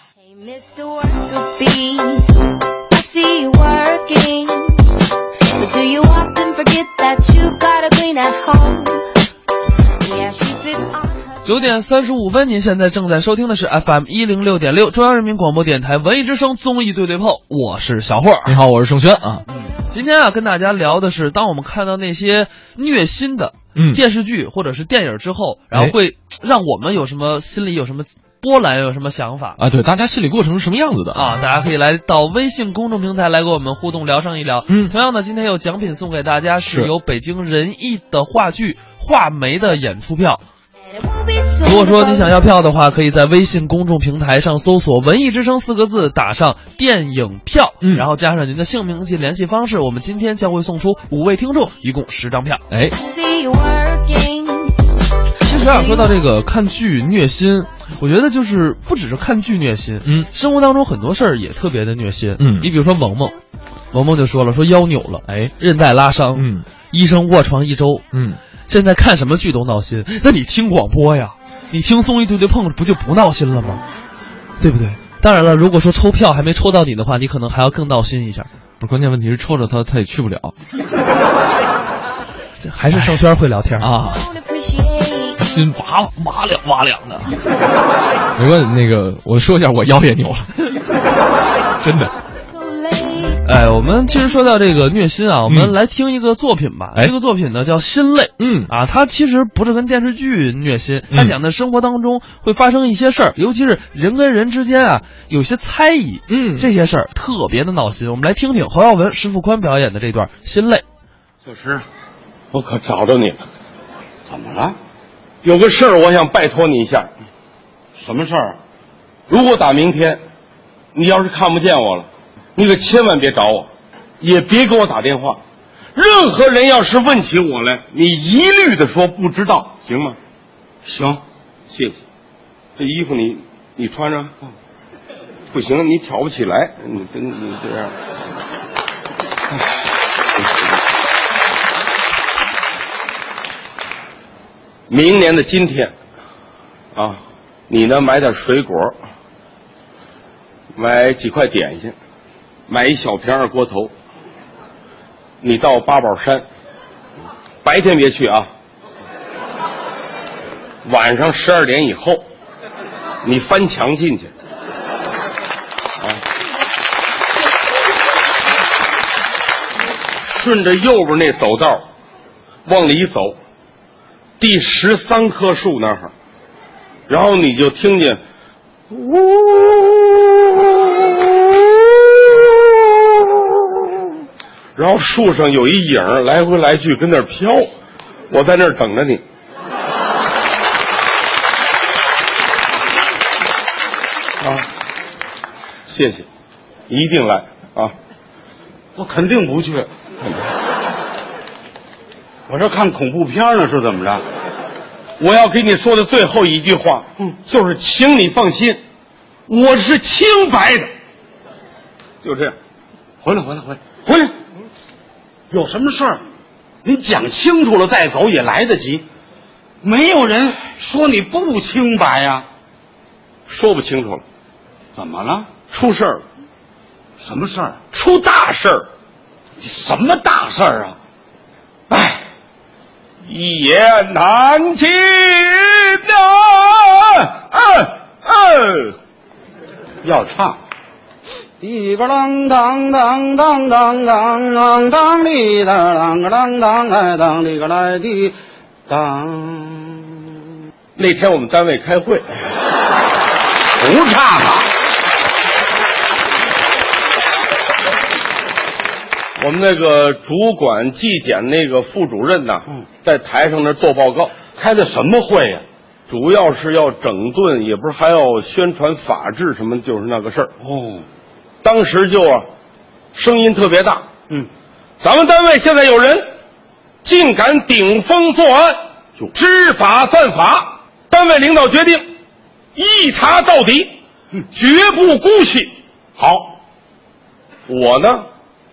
Speaker 23: Mr. Worker-bee, I see you working, but do you often forget that you got a queen at home? Yeah, she sits on.
Speaker 1: 九点三十五分，您现在正在收听的是 FM 一零六点六，中央人民广播电台文艺之声综艺对对碰，我是小霍。
Speaker 2: 你好，我是盛轩啊。
Speaker 1: 今天啊，跟大家聊的是，当我们看到那些虐心的
Speaker 2: 嗯哎
Speaker 1: 电视剧或者是电影之后，然后会让我们有什么心里有什么波澜，有什么想法
Speaker 2: 啊，对，大家心理过程是什么样子的？
Speaker 1: 啊？大家可以来到微信公众平台来跟我们互动聊上一聊。嗯，同样呢，今天有奖品送给大家，是
Speaker 2: 是
Speaker 1: 由北京人艺的话剧《画眉》的演出票。如果
Speaker 23: Won't
Speaker 1: 说你想要票的话，可以在微信公众平台上搜索“文艺之声”四个字，打上“电影票”，嗯，然后加上您的姓名及联系方式，我们今天将会送出五位听众，一共十张票。
Speaker 2: 哎，
Speaker 23: see you working.
Speaker 1: 其实啊，说到这个看剧虐心，我觉得就是不只是看剧虐心，嗯，生活当中很多事儿也特别的虐心，嗯，你比如说萌萌，萌萌就说了，说腰扭了，哎，韧带拉伤，嗯，医生卧床一周，
Speaker 2: 嗯，
Speaker 1: 现在看什么剧都闹心，那你听广播呀，你听综艺对对碰不就不闹心了吗？对不对？当然了，如果说抽票还没抽到你的话，你可能还要更闹心一下。
Speaker 2: 不是，关键问题是抽着他他也去不了。
Speaker 24: 啊
Speaker 1: 这还是盛轩会聊天
Speaker 2: 啊，
Speaker 23: Appreciate.
Speaker 2: 心哇哇凉哇凉的。没关系，那个我说一下，我腰也扭了， 真的。
Speaker 1: 哎，我们其实说到这个虐心啊，我们来听一个作品吧。
Speaker 2: 嗯哎
Speaker 1: 这个作品呢叫《心累》，
Speaker 2: 嗯
Speaker 1: 啊，它其实不是跟电视剧虐心，它讲的生活当中会发生一些事儿，尤其是人跟人之间啊有些猜疑，
Speaker 2: 嗯，
Speaker 1: 这些事儿特别的闹心。我们来听听侯耀文、石富宽表演的这段《心累》。
Speaker 24: 小石，我可找着你了。怎么了？有个事儿，我想拜托你一下。什么事儿？如果打明天，你要是看不见我了，你可千万别找我，也别给我打电话。任何人要是问起我来，你一律的说不知道，行吗？行，谢谢。这衣服你你穿上，不行，你挑不起来，你真你这 样。明年的今天，啊，你呢买点水果，买几块点心，买一小瓶二锅头。你到八宝山，白天别去啊，晚上十二点以后，你翻墙进去。啊，顺着右边那走道往里走，第十三棵树那儿，然后你就听见然后树上有一影儿来回来去跟那儿飘，我在那儿等着你。啊，谢谢，一定来啊！
Speaker 6: 我肯定不去。我这看恐怖片呢，是怎么着？
Speaker 24: 我要给你说的最后一句话，嗯，就是请你放心，我是清白的。就这样，
Speaker 6: 回来，回来，回来，回来！有什么事儿，你讲清楚了再走也来得及。没有人说你不清白呀、
Speaker 24: 说不清楚了，
Speaker 6: 怎么了？
Speaker 24: 出事儿啊了，
Speaker 6: 什么事儿？
Speaker 24: 出大事儿，
Speaker 6: 什么大事儿啊？
Speaker 24: 一言难尽呐！嗯嗯，
Speaker 6: 要唱。
Speaker 7: 一个啷当当当当当当当哩当啷个啷当哎当哩个来滴当。
Speaker 24: 那天我们单位开会，
Speaker 6: 不唱了。
Speaker 24: 我们那个主管纪检那个副主任呐，在台上那做报告，
Speaker 6: 开的什么会呀、
Speaker 24: 主要是要整顿，也不是还要宣传法治什么，就是那个事儿。
Speaker 6: 哦，
Speaker 24: 当时就啊，声音特别大，
Speaker 6: 嗯，
Speaker 24: 咱们单位现在有人竟敢顶风作案，就知法犯法，单位领导决定一查到底，
Speaker 6: 嗯
Speaker 24: 绝不姑息。好，我呢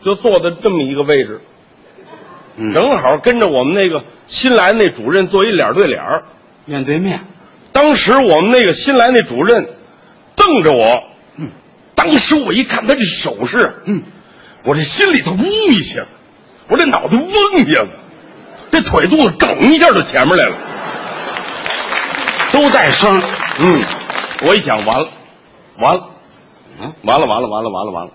Speaker 24: 就坐在这么一个位置，
Speaker 6: 嗯
Speaker 24: 正好跟着我们那个新来那主任做一脸对脸儿
Speaker 6: 面对面。
Speaker 24: 当时我们那个新来那主任瞪着我，当时我一看他这手势，嗯，我这心里头呜一下子，我这脑袋嗡一下子，这腿肚子梗一下就前面来了，
Speaker 6: 都带声，
Speaker 24: 嗯，我一想完了，完了，嗯完了完了完了完了完了，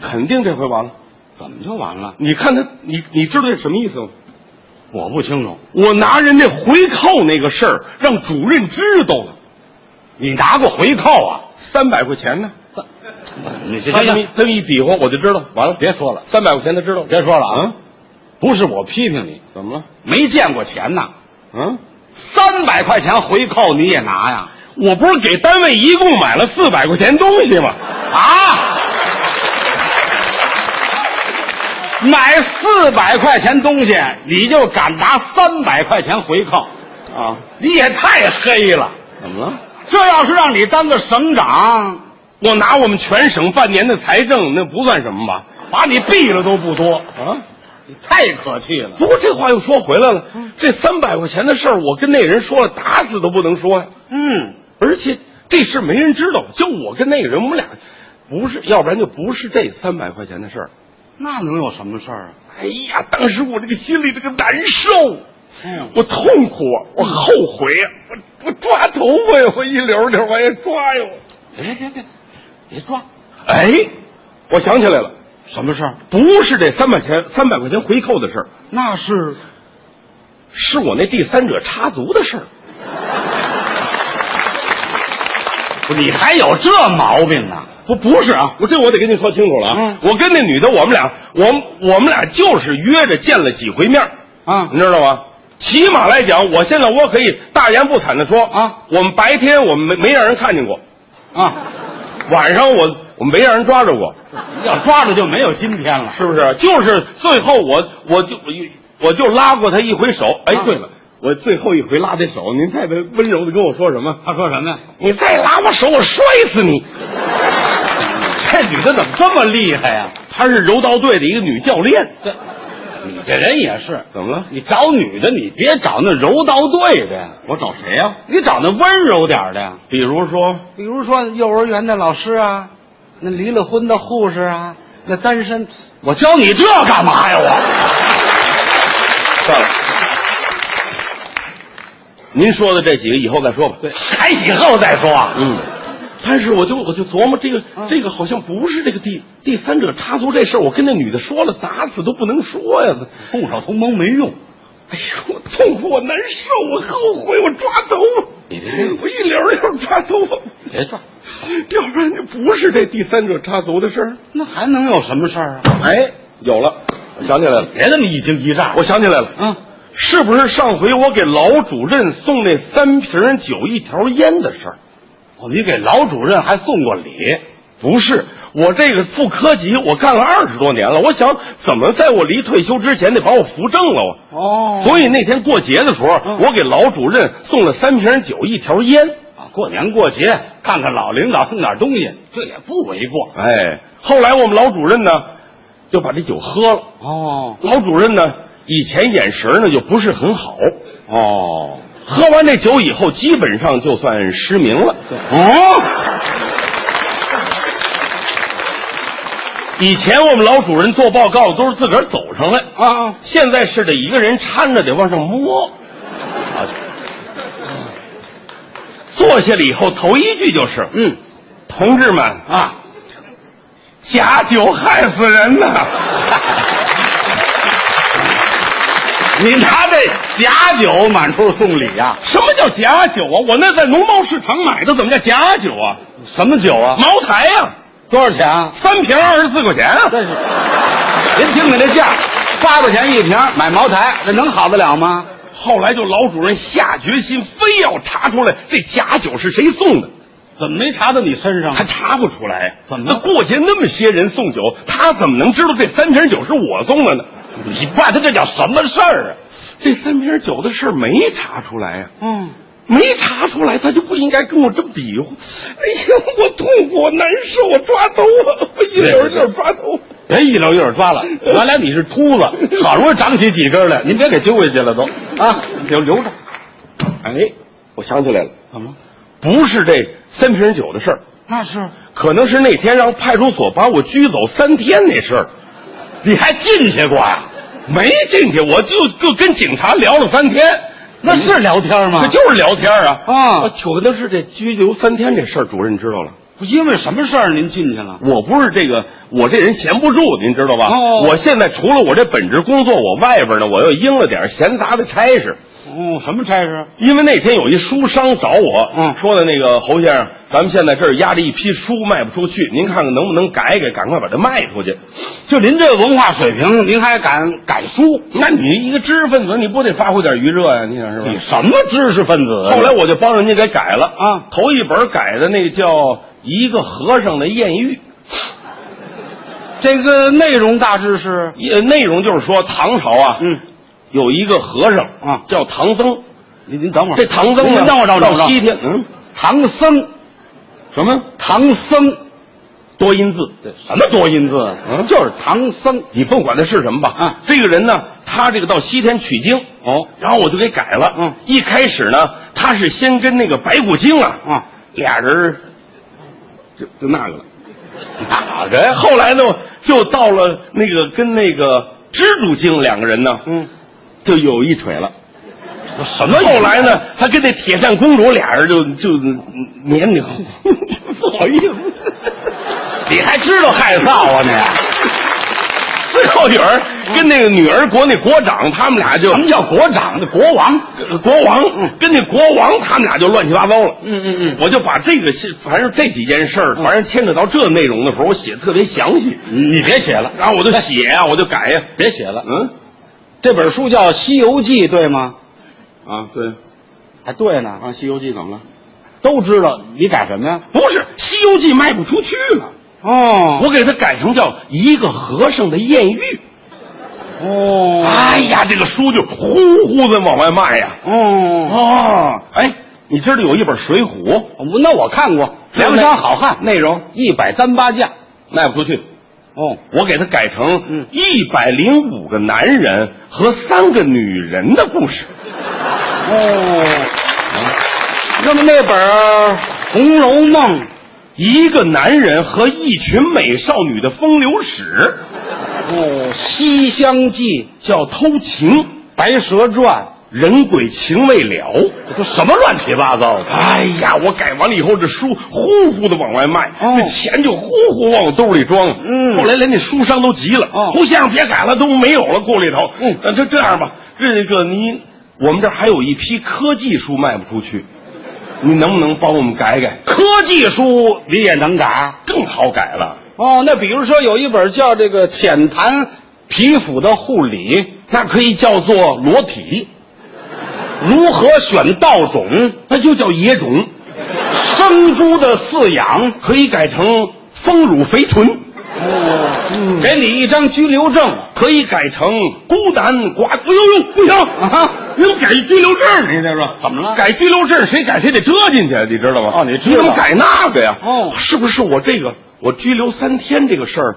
Speaker 24: 肯定这回完了。
Speaker 6: 怎么就完了？
Speaker 24: 你看他，你你知道这什么意思吗？
Speaker 6: 我不清楚。
Speaker 24: 我拿人家回扣那个事儿让主任知道了，
Speaker 6: 你拿过回扣啊？
Speaker 24: 三百块钱呢？
Speaker 6: 你这
Speaker 24: 他这么一
Speaker 6: 行
Speaker 24: 这么一比划，我就知道完了。
Speaker 6: 别说了，
Speaker 24: 三百块钱他知道了，
Speaker 6: 别说了啊！不是我批评你，
Speaker 24: 怎么了？
Speaker 6: 没见过钱呐。
Speaker 24: 嗯，
Speaker 6: 三百块钱回扣你也拿呀？
Speaker 24: 我不是给单位一共买了四百块钱东西吗？
Speaker 6: 啊！买四百块钱东西，你就敢拿三百块钱回扣，
Speaker 24: 啊，
Speaker 6: 你也太黑了！
Speaker 24: 怎么了？
Speaker 6: 这要是让你当个省长，
Speaker 24: 我拿我们全省半年的财政，那不算什么吧？
Speaker 6: 把你毙了都不多，
Speaker 24: 啊！
Speaker 6: 你太可气了。
Speaker 24: 不过这话又说回来了，
Speaker 6: 嗯
Speaker 24: 这三百块钱的事儿，我跟那人说了，打死都不能说呀。
Speaker 6: 嗯，
Speaker 24: 而且这事没人知道，就我跟那个人，我们俩不是，要不然就不是这三百块钱的事儿。
Speaker 6: 那能有什么事儿啊？
Speaker 24: 哎呀，当时我这个心里这个难受，
Speaker 6: 嗯，
Speaker 24: 我痛苦，啊我后悔，啊我我抓头发呀，我一绺绺往下抓哟。
Speaker 6: 别别别，别抓！
Speaker 24: 哎，我想起来了，
Speaker 6: 什么事儿？
Speaker 24: 不是这三百钱三百块钱回扣的事儿，
Speaker 6: 那是
Speaker 24: 是我那第三者插足的事儿。
Speaker 6: 不你还有这毛病呢？
Speaker 24: 不不是啊，我这我得跟你说清楚了啊！
Speaker 6: 嗯
Speaker 24: 我跟那女的，我们俩，我们我们俩就是约着见了几回面儿
Speaker 6: 啊
Speaker 24: 你知道吗？起码来讲，我现在我可以大言不惭的说
Speaker 6: 啊，
Speaker 24: 我们白天我们没没让人看见过，
Speaker 6: 啊，
Speaker 24: 晚上我我没让人抓着过，
Speaker 6: 要抓着就没有今天了。
Speaker 24: 是不是？就是最后我我就我就拉过她一回手。哎，
Speaker 6: 啊
Speaker 24: 对了，我最后一回拉这手，您猜她温柔的跟我说什么？
Speaker 6: 他说什么呀？
Speaker 24: 你再拉我手，我摔死你！
Speaker 6: 这女的怎么这么厉害呀、
Speaker 24: 她是柔道队的一个女教练，
Speaker 6: 你这人也是，
Speaker 24: 怎么了？
Speaker 6: 你找女的，你别找那柔道队的呀，
Speaker 24: 我找谁呀、
Speaker 6: 你找那温柔点儿的呀。
Speaker 24: 比如说，
Speaker 7: 比如说幼儿园的老师啊，那离了婚的护士啊，那单身，
Speaker 6: 我教你这干嘛呀？我
Speaker 24: 算了，您说的这几个以后再说吧。对，还以后再说。嗯，但是我就我就琢磨这个这个好像不是这个第第三者插足这事儿，我跟那女的说了，打死都不能说呀，众少同盟没用。哎呦，我痛苦，我难受，我后悔，我抓头发，我一溜溜抓头发，别抓， 要不然就不是这第三者插足的事儿。那还能有什么事儿啊？哎，有了，我想起来了，别那么一惊一乍。我想起来了，嗯，是不是上回我给老主任送那三瓶酒一条烟的事儿？哦，你给老主任还送过礼？不是，我这个副科级我干了二十多年了，我想怎么在我离退休之前得把我扶正了我。
Speaker 7: 哦
Speaker 24: 所以那天过节的时候，我给老主任送了三瓶酒，一条烟。啊，过年过节看看老领导送点东西，这也不为过。哎，后来我们老主任呢，就把这酒喝了。哦，老主任呢，以前眼神呢就不是很好。哦，喝完这酒以后，基本上就算失明了。哦。以前我们老主任做报告都是自个儿走上来啊，现在是得一个人搀着得往上摸。啊，坐下了以后，头一句就是：“嗯，同志们啊，假酒害死人呐！”你拿这假酒满处送礼啊呀、什么叫假酒啊？我那在农贸市场买的，怎么叫假酒啊？什么酒啊？茅台呀、多少钱啊？三瓶二十四块钱啊！这是，您听听这价，八块钱一瓶买茅台，这能好得了吗？后来就老主任下决心，非要查出来这假酒是谁送的。怎么没查到你身上？还查不出来？怎么？那过节那么些人送酒，他怎么能知道这三瓶酒是我送的呢？你爸他这叫什么事儿啊？这三瓶酒的事儿没查出来呀、啊
Speaker 7: 嗯，
Speaker 24: 没查出来，他就不应该跟我这么比划。哎呀，我痛苦，我难受，我抓头发，我一溜溜抓头发。别哎一溜溜 抓了，原来你是秃子，好容易长起几根来，您别给揪回去了都啊， 留留着。哎，我想起来了，怎么？不是这三瓶酒的事儿，
Speaker 7: 那是
Speaker 24: 可能是那天让派出所把我拘走三天那事儿。你还进去过呀、没进去，我就就跟警察聊了三天。那是聊天吗？那就是聊天啊！啊，可能是这拘留三天这事儿，主任知道了。因为什么事儿您进去了？我不是这个，我这人闲不住，您知道吧？
Speaker 7: 哦
Speaker 24: 我现在除了我这本职工作，我外边呢，我又应了点闲杂的差事。
Speaker 7: 哦，什么差事？
Speaker 24: 嗯因为那天有一书商找我，嗯，说的那个侯先生，咱们现在这儿压着一批书卖不出去，您看看能不能改改，赶快把它卖出去。就您这文化水平，您还敢改书？那你一个知识分子，你不得发挥点余热呀、你想是吧？你什么知识分子
Speaker 7: 啊
Speaker 24: 后来我就帮人家给改了啊，头一本改的那个叫《一个和尚的艳遇》。这个内容大致是，也呃内容就是说唐朝啊，嗯，有一个和尚啊，叫唐僧。您您等会
Speaker 7: 儿
Speaker 24: 这唐僧呢？
Speaker 7: 您让我找找
Speaker 24: 到西天，嗯，唐僧，什么？唐僧，多音字，什么多音字？嗯，就是唐僧。你甭管他是什么吧，啊，这个人呢，他这个到西天取经，哦，然后我就给改了，嗯，一开始呢，他是先跟那个白骨精啊，啊，俩人，就就那 个了。哪个？后来呢，就到了那个跟那个蜘蛛精两个人呢，嗯，就有一腿了。什
Speaker 7: 么
Speaker 24: 后来呢，他跟那铁扇公主俩人就就黏黏，不好意思，你还知道害臊啊你？ 最后女儿跟那个女儿国那国长，他们俩就什么叫国长？那国王，国王跟那国王，他们俩就乱七八糟了。嗯嗯嗯，我就把这个是，反正这几件事儿，反正牵扯到这内容的时候，我写得特别详细。你别写了，嗯然后我就写呀、我就改呀、别写了。嗯，
Speaker 7: 这本书叫《西游记》，对吗？
Speaker 24: 啊，对，
Speaker 7: 还对呢。
Speaker 24: 啊，《西游记》怎么了？
Speaker 7: 都知道，你改什么呀？
Speaker 24: 不是《西游记》卖不出去了。
Speaker 7: 哦，
Speaker 24: 我给它改成叫《一个和尚的艳遇》。
Speaker 7: 哦，
Speaker 24: 哎呀，这个书就呼呼的往外卖呀。
Speaker 7: 哦
Speaker 24: 哦，哎，你知道有一本《水浒》？
Speaker 7: 那我看过《梁山好汉》，
Speaker 24: 内容
Speaker 7: 一百单八将。
Speaker 24: 卖不出去。哦，我给它改
Speaker 7: 嗯
Speaker 24: 成一百零五个男人和三个女人的故事。
Speaker 7: 哦，
Speaker 24: 那么那本《红楼梦》，一个男人和一群美少女的风流史。哦，《西厢记》叫偷情，《白蛇传》人鬼情未了，这什么乱七八糟的？哎呀，我改完了以后，这书呼呼的往外卖，这钱就呼呼往我兜里装。哦嗯，后来连那书商都急了，
Speaker 6: 哦
Speaker 24: 胡先生别改了，都没有了库里头。嗯，那就这样吧，这个你我们这儿还有一批科技书卖不出去，你能不能帮我们改改？科技书你也能改，更好改了。
Speaker 6: 哦，那比如说有一本叫这个《浅谈皮肤的护理》，那可以叫做裸体。如何选稻种，那就叫野种。生猪的饲养可以改成丰乳肥臀。哦给你一张居留证，可以改成孤单寡。哎呦呦，不行啊！你怎么改居留证？你这说怎么了？
Speaker 24: 改拘留证，谁改谁得折进去，你知道吗？哦，你
Speaker 6: 知道
Speaker 24: 怎么改那个呀？哦，是不是我这个我拘留三天这个事儿，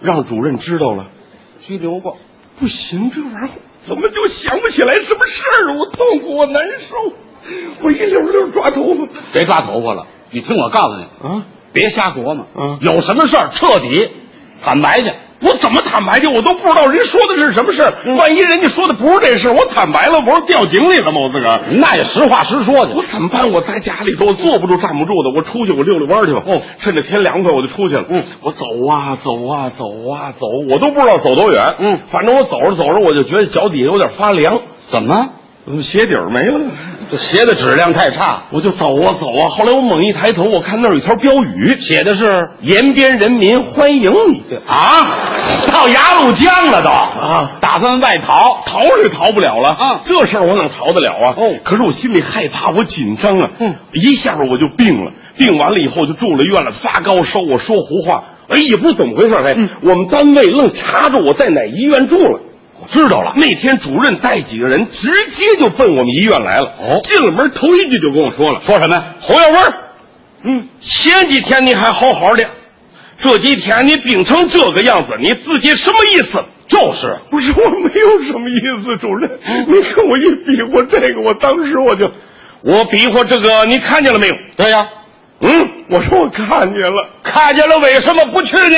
Speaker 24: 让主任知道了？
Speaker 6: 拘留过，
Speaker 24: 不行，这玩意儿怎么就想不起来什么事儿啊？我痛苦，我难受，我一溜溜抓头发。
Speaker 6: 别抓头发了。你听我告诉你啊，别瞎琢磨，有什么事儿彻底坦白去。
Speaker 24: 我怎么坦白去？我都不知道人说的是什么事儿。
Speaker 6: 嗯
Speaker 24: 万一人家说的不是这事儿，我坦白了，我不是掉井里了吗？我自个儿
Speaker 6: 嗯那也实话实说去。
Speaker 24: 我怎么办？我在家里头，我坐不住站不住的，我出去我溜溜弯儿去吧。哦，趁着天凉快我就出去了。嗯，我走啊走啊走啊走，我都不知道走多远。嗯，反正我走着走着我就觉得脚底下有点发凉。
Speaker 6: 怎么？
Speaker 24: 鞋底儿没了，
Speaker 6: 这鞋的质量太差。
Speaker 24: 我就走啊走啊，后来我猛一抬头，我看那儿有一条标语，
Speaker 6: 写的是
Speaker 24: 延边人民欢迎你。
Speaker 6: 啊，到鸭绿江了都啊，打算外逃，
Speaker 24: 逃是逃不了了啊，这事儿我哪逃得了啊？哦，可是我心里害怕，我紧张啊，嗯，一下我就病了，病完了以后就住了院了，发高烧，我说胡话，哎，也不知怎么回事，哎，
Speaker 6: 嗯
Speaker 24: 我们单位愣查着我在哪医院住了。我知道了，那天主任带几个人直接就奔我们医院来了。哦，进了门头一句就跟我说了，
Speaker 6: 说什么呀？
Speaker 24: 侯耀文，嗯，前几天你还好好的，这几天你病成这个样子，你自己什么意思？
Speaker 6: 就是，嗯
Speaker 24: 不是我没有什么意思，主任，你跟我一比划这个，我当时我就，我比划这个，你看见了没有？
Speaker 6: 对呀、
Speaker 24: 嗯，我说我看见了，
Speaker 6: 看见了，为什么不去呢？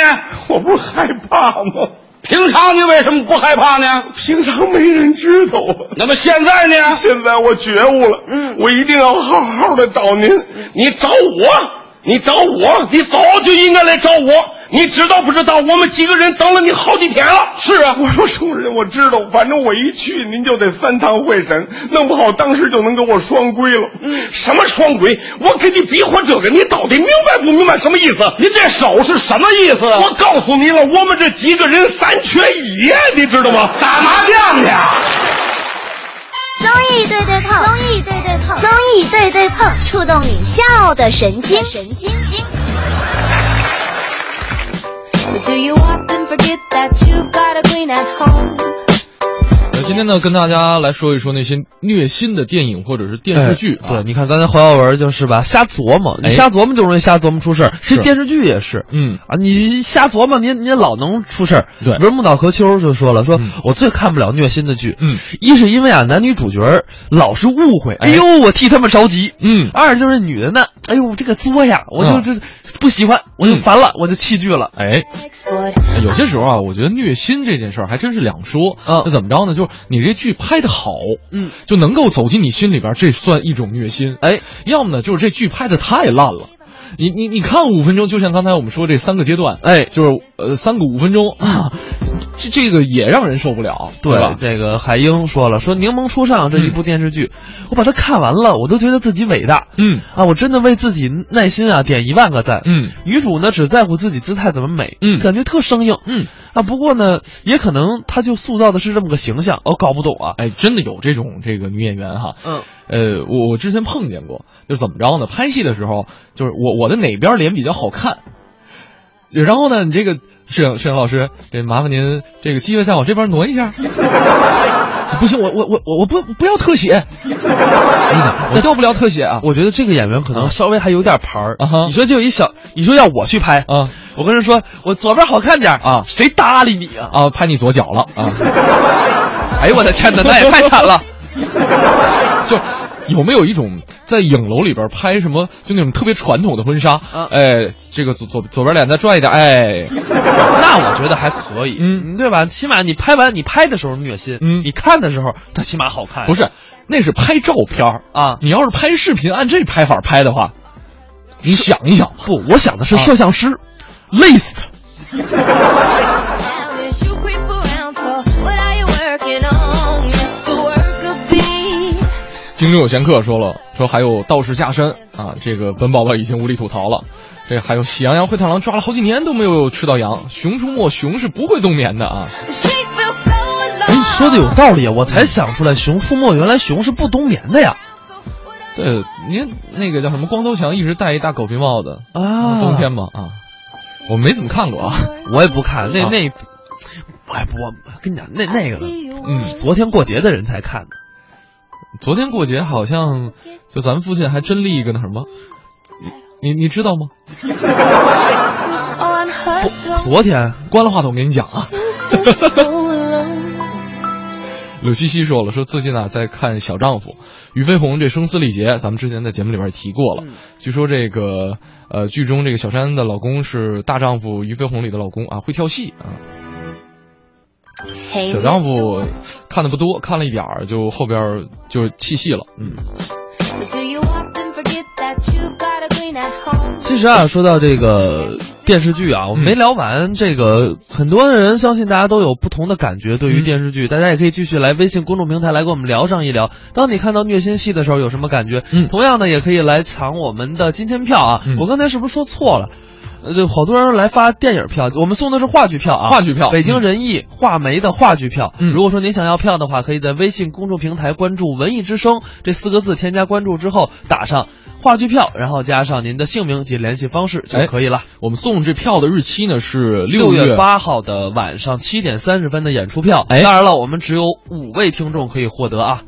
Speaker 24: 我不是害怕吗？
Speaker 6: 平常你为什么不害怕呢？
Speaker 24: 平常没人知道啊。
Speaker 6: 那么现在呢？
Speaker 24: 现在我觉悟了， 嗯，我一定要好好的找您。
Speaker 6: 你找我，你找我，你早就应该来找我。你知道不知道？我们几个人等了你好几天了。
Speaker 24: 是啊，我说主任，我知道，反正我一去您就得三堂会审，弄不好当时就能给我双规了。嗯，
Speaker 6: 什么双规？我跟你比划这个，你到底明白不明白什么意思？您这手是什么意思？啊
Speaker 24: 我告诉您了，我们这几个人三缺一呀，你知道吗？
Speaker 6: 打麻将去啊！
Speaker 11: 综艺对对碰，综艺对对碰，综艺对对碰，触动你笑的神经，神经经。
Speaker 23: But do you often forget that you've got a queen at home?
Speaker 2: 呃，今天呢，跟大家来说一说那些虐心的电影或者是电视剧啊。
Speaker 1: 哎对，你看刚才侯耀文就是吧，瞎琢磨，你
Speaker 2: 哎
Speaker 1: 瞎琢磨就容易瞎琢磨出事儿。
Speaker 2: 是
Speaker 1: 这电视剧也是，
Speaker 2: 嗯
Speaker 1: 啊，你瞎琢磨，你你老能出事儿。
Speaker 2: 对
Speaker 1: 比如木岛和秋就说了，说我最看不了虐心的剧，
Speaker 2: 嗯，
Speaker 1: 一是因为啊男女主角儿老是误会，哎呦我替他们着急，
Speaker 2: 嗯，
Speaker 1: 二就是女的呢，哎呦这个作呀，我就
Speaker 2: 嗯
Speaker 1: 这不喜欢，我就烦了，我就弃剧了。
Speaker 2: 哎，有些时候啊，我觉得虐心这件事儿还真是两说。那怎么着呢？就是你这剧拍的好，
Speaker 1: 嗯，
Speaker 2: 就能够走进你心里边儿，这算一种虐心。
Speaker 1: 哎，
Speaker 2: 要么呢，就是这剧拍的太烂了。你你你看五分钟，就像刚才我们说这三个阶段，
Speaker 1: 哎，嗯
Speaker 2: 就是呃三个五分钟啊，这这个也让人受不了，
Speaker 1: 对
Speaker 2: 吧？嗯
Speaker 1: 这个海英说了，说《柠檬说唱》这一部电视剧，我把它看完了，我都觉得自己伟大。
Speaker 2: 嗯
Speaker 1: 啊，我真的为自己耐心啊点一万个赞。
Speaker 2: 嗯，
Speaker 1: 女主呢只在乎自己姿态怎么美，
Speaker 2: 嗯，
Speaker 1: 感觉特生硬。
Speaker 2: 嗯
Speaker 1: 啊，不过呢，也可能她就塑造的是这么个形象，我搞不懂啊。
Speaker 2: 哎，真的有这种这个女演员哈，
Speaker 1: 嗯，
Speaker 2: 呃，我我之前碰见过，就是怎么着呢？拍戏的时候，就是我我的哪边脸比较好看，然后呢，你这个摄影摄影老师，这麻烦您这个机会再往这边挪一下，不行，我我我我我不不要特写，我要不了特写啊。
Speaker 1: 我觉得这个演员可能稍微还有点牌儿
Speaker 2: 啊哈
Speaker 1: 你说就有一小，你说要我去拍
Speaker 2: 啊，
Speaker 1: 我跟人说我左边好看点儿
Speaker 2: 啊，
Speaker 1: 谁搭理你啊？
Speaker 2: 啊，拍你左脚了啊！
Speaker 1: 哎呦我的天哪，那也太惨了。
Speaker 2: 就有没有一种在影楼里边拍什么就那种特别传统的婚纱？哎，这个左左左边脸再转一点，哎，
Speaker 1: 那我觉得还可以，嗯，对吧？起码你拍完，你拍的时候虐心，嗯，你看的时候它起码好看。
Speaker 2: 不是，那是拍照片儿
Speaker 1: 啊。
Speaker 2: 你要是拍视频，按这拍法拍的话，你想一想，
Speaker 1: 不，我想的
Speaker 14: 啊
Speaker 1: 是摄像师，累死他。
Speaker 23: What are you working on? Mr. Worker Bee?
Speaker 2: 京中有闲客说了，说还有道士下山啊，这个本宝宝已经无力吐槽了。这还有喜羊羊灰太狼抓了好几年都没有吃到羊，熊出没熊是不会冬眠的啊。
Speaker 1: 哎，你说的有道理，我才想出来，熊出没原来熊是不冬眠的呀。
Speaker 2: 对，您那个叫什么光头强一直戴一大狗皮帽子
Speaker 1: 啊
Speaker 2: 冬天嘛啊，我没怎么看过 啊，
Speaker 1: 我也不看那
Speaker 2: 啊
Speaker 1: 那，哎不，我跟你讲，那那个，嗯，昨天过节的人才看的。
Speaker 2: 昨天过节好像就咱们附近还真立一个那什么，你你你知道吗？
Speaker 23: On her tongue,
Speaker 2: 昨天关了话筒给你讲啊。
Speaker 23: it's so alone.
Speaker 2: 柳西西说了，说最近啊在看《小丈夫》，俞飞鸿这声嘶力竭，咱们之前在节目里边也提过了。据说这个呃剧中这个小珊的老公是《大丈夫》俞飞鸿里的老公啊，会跳戏啊。
Speaker 23: Hey,
Speaker 3: 哎
Speaker 2: 小丈夫看的不多，看了一点儿就后边儿就弃戏了。嗯，
Speaker 23: but do you often forget that you've got a queen at home?
Speaker 1: 其实啊，说到这个电视剧
Speaker 2: 嗯
Speaker 1: 啊，我们没聊完。这个很多人相信大家都有不同的感觉，
Speaker 2: 嗯
Speaker 1: 对于电视剧，大家也可以继续来微信公众平台来跟我们聊上一聊。当你看到虐心戏的时候，有什么感觉？
Speaker 2: 嗯
Speaker 1: 同样呢，也可以来抢我们的今天票啊。我刚才是不是说错了？呃，对好多人来发电影票，我们送的是话剧票啊，
Speaker 2: 话剧票嗯
Speaker 1: 北京人艺话梅的话剧票。如果说您想要票的话，可以在微信公众平台关注“文艺之声”这四个字，添加关注之后打上话剧票，然后加上您的姓名及联系方式就可以了。
Speaker 2: 哎我们送这票的日期呢是
Speaker 1: 六
Speaker 2: 月
Speaker 1: 月八号的晚上七点三十分的演出票。
Speaker 2: 哎
Speaker 1: 当然了，我们只有五位听众可以获得啊。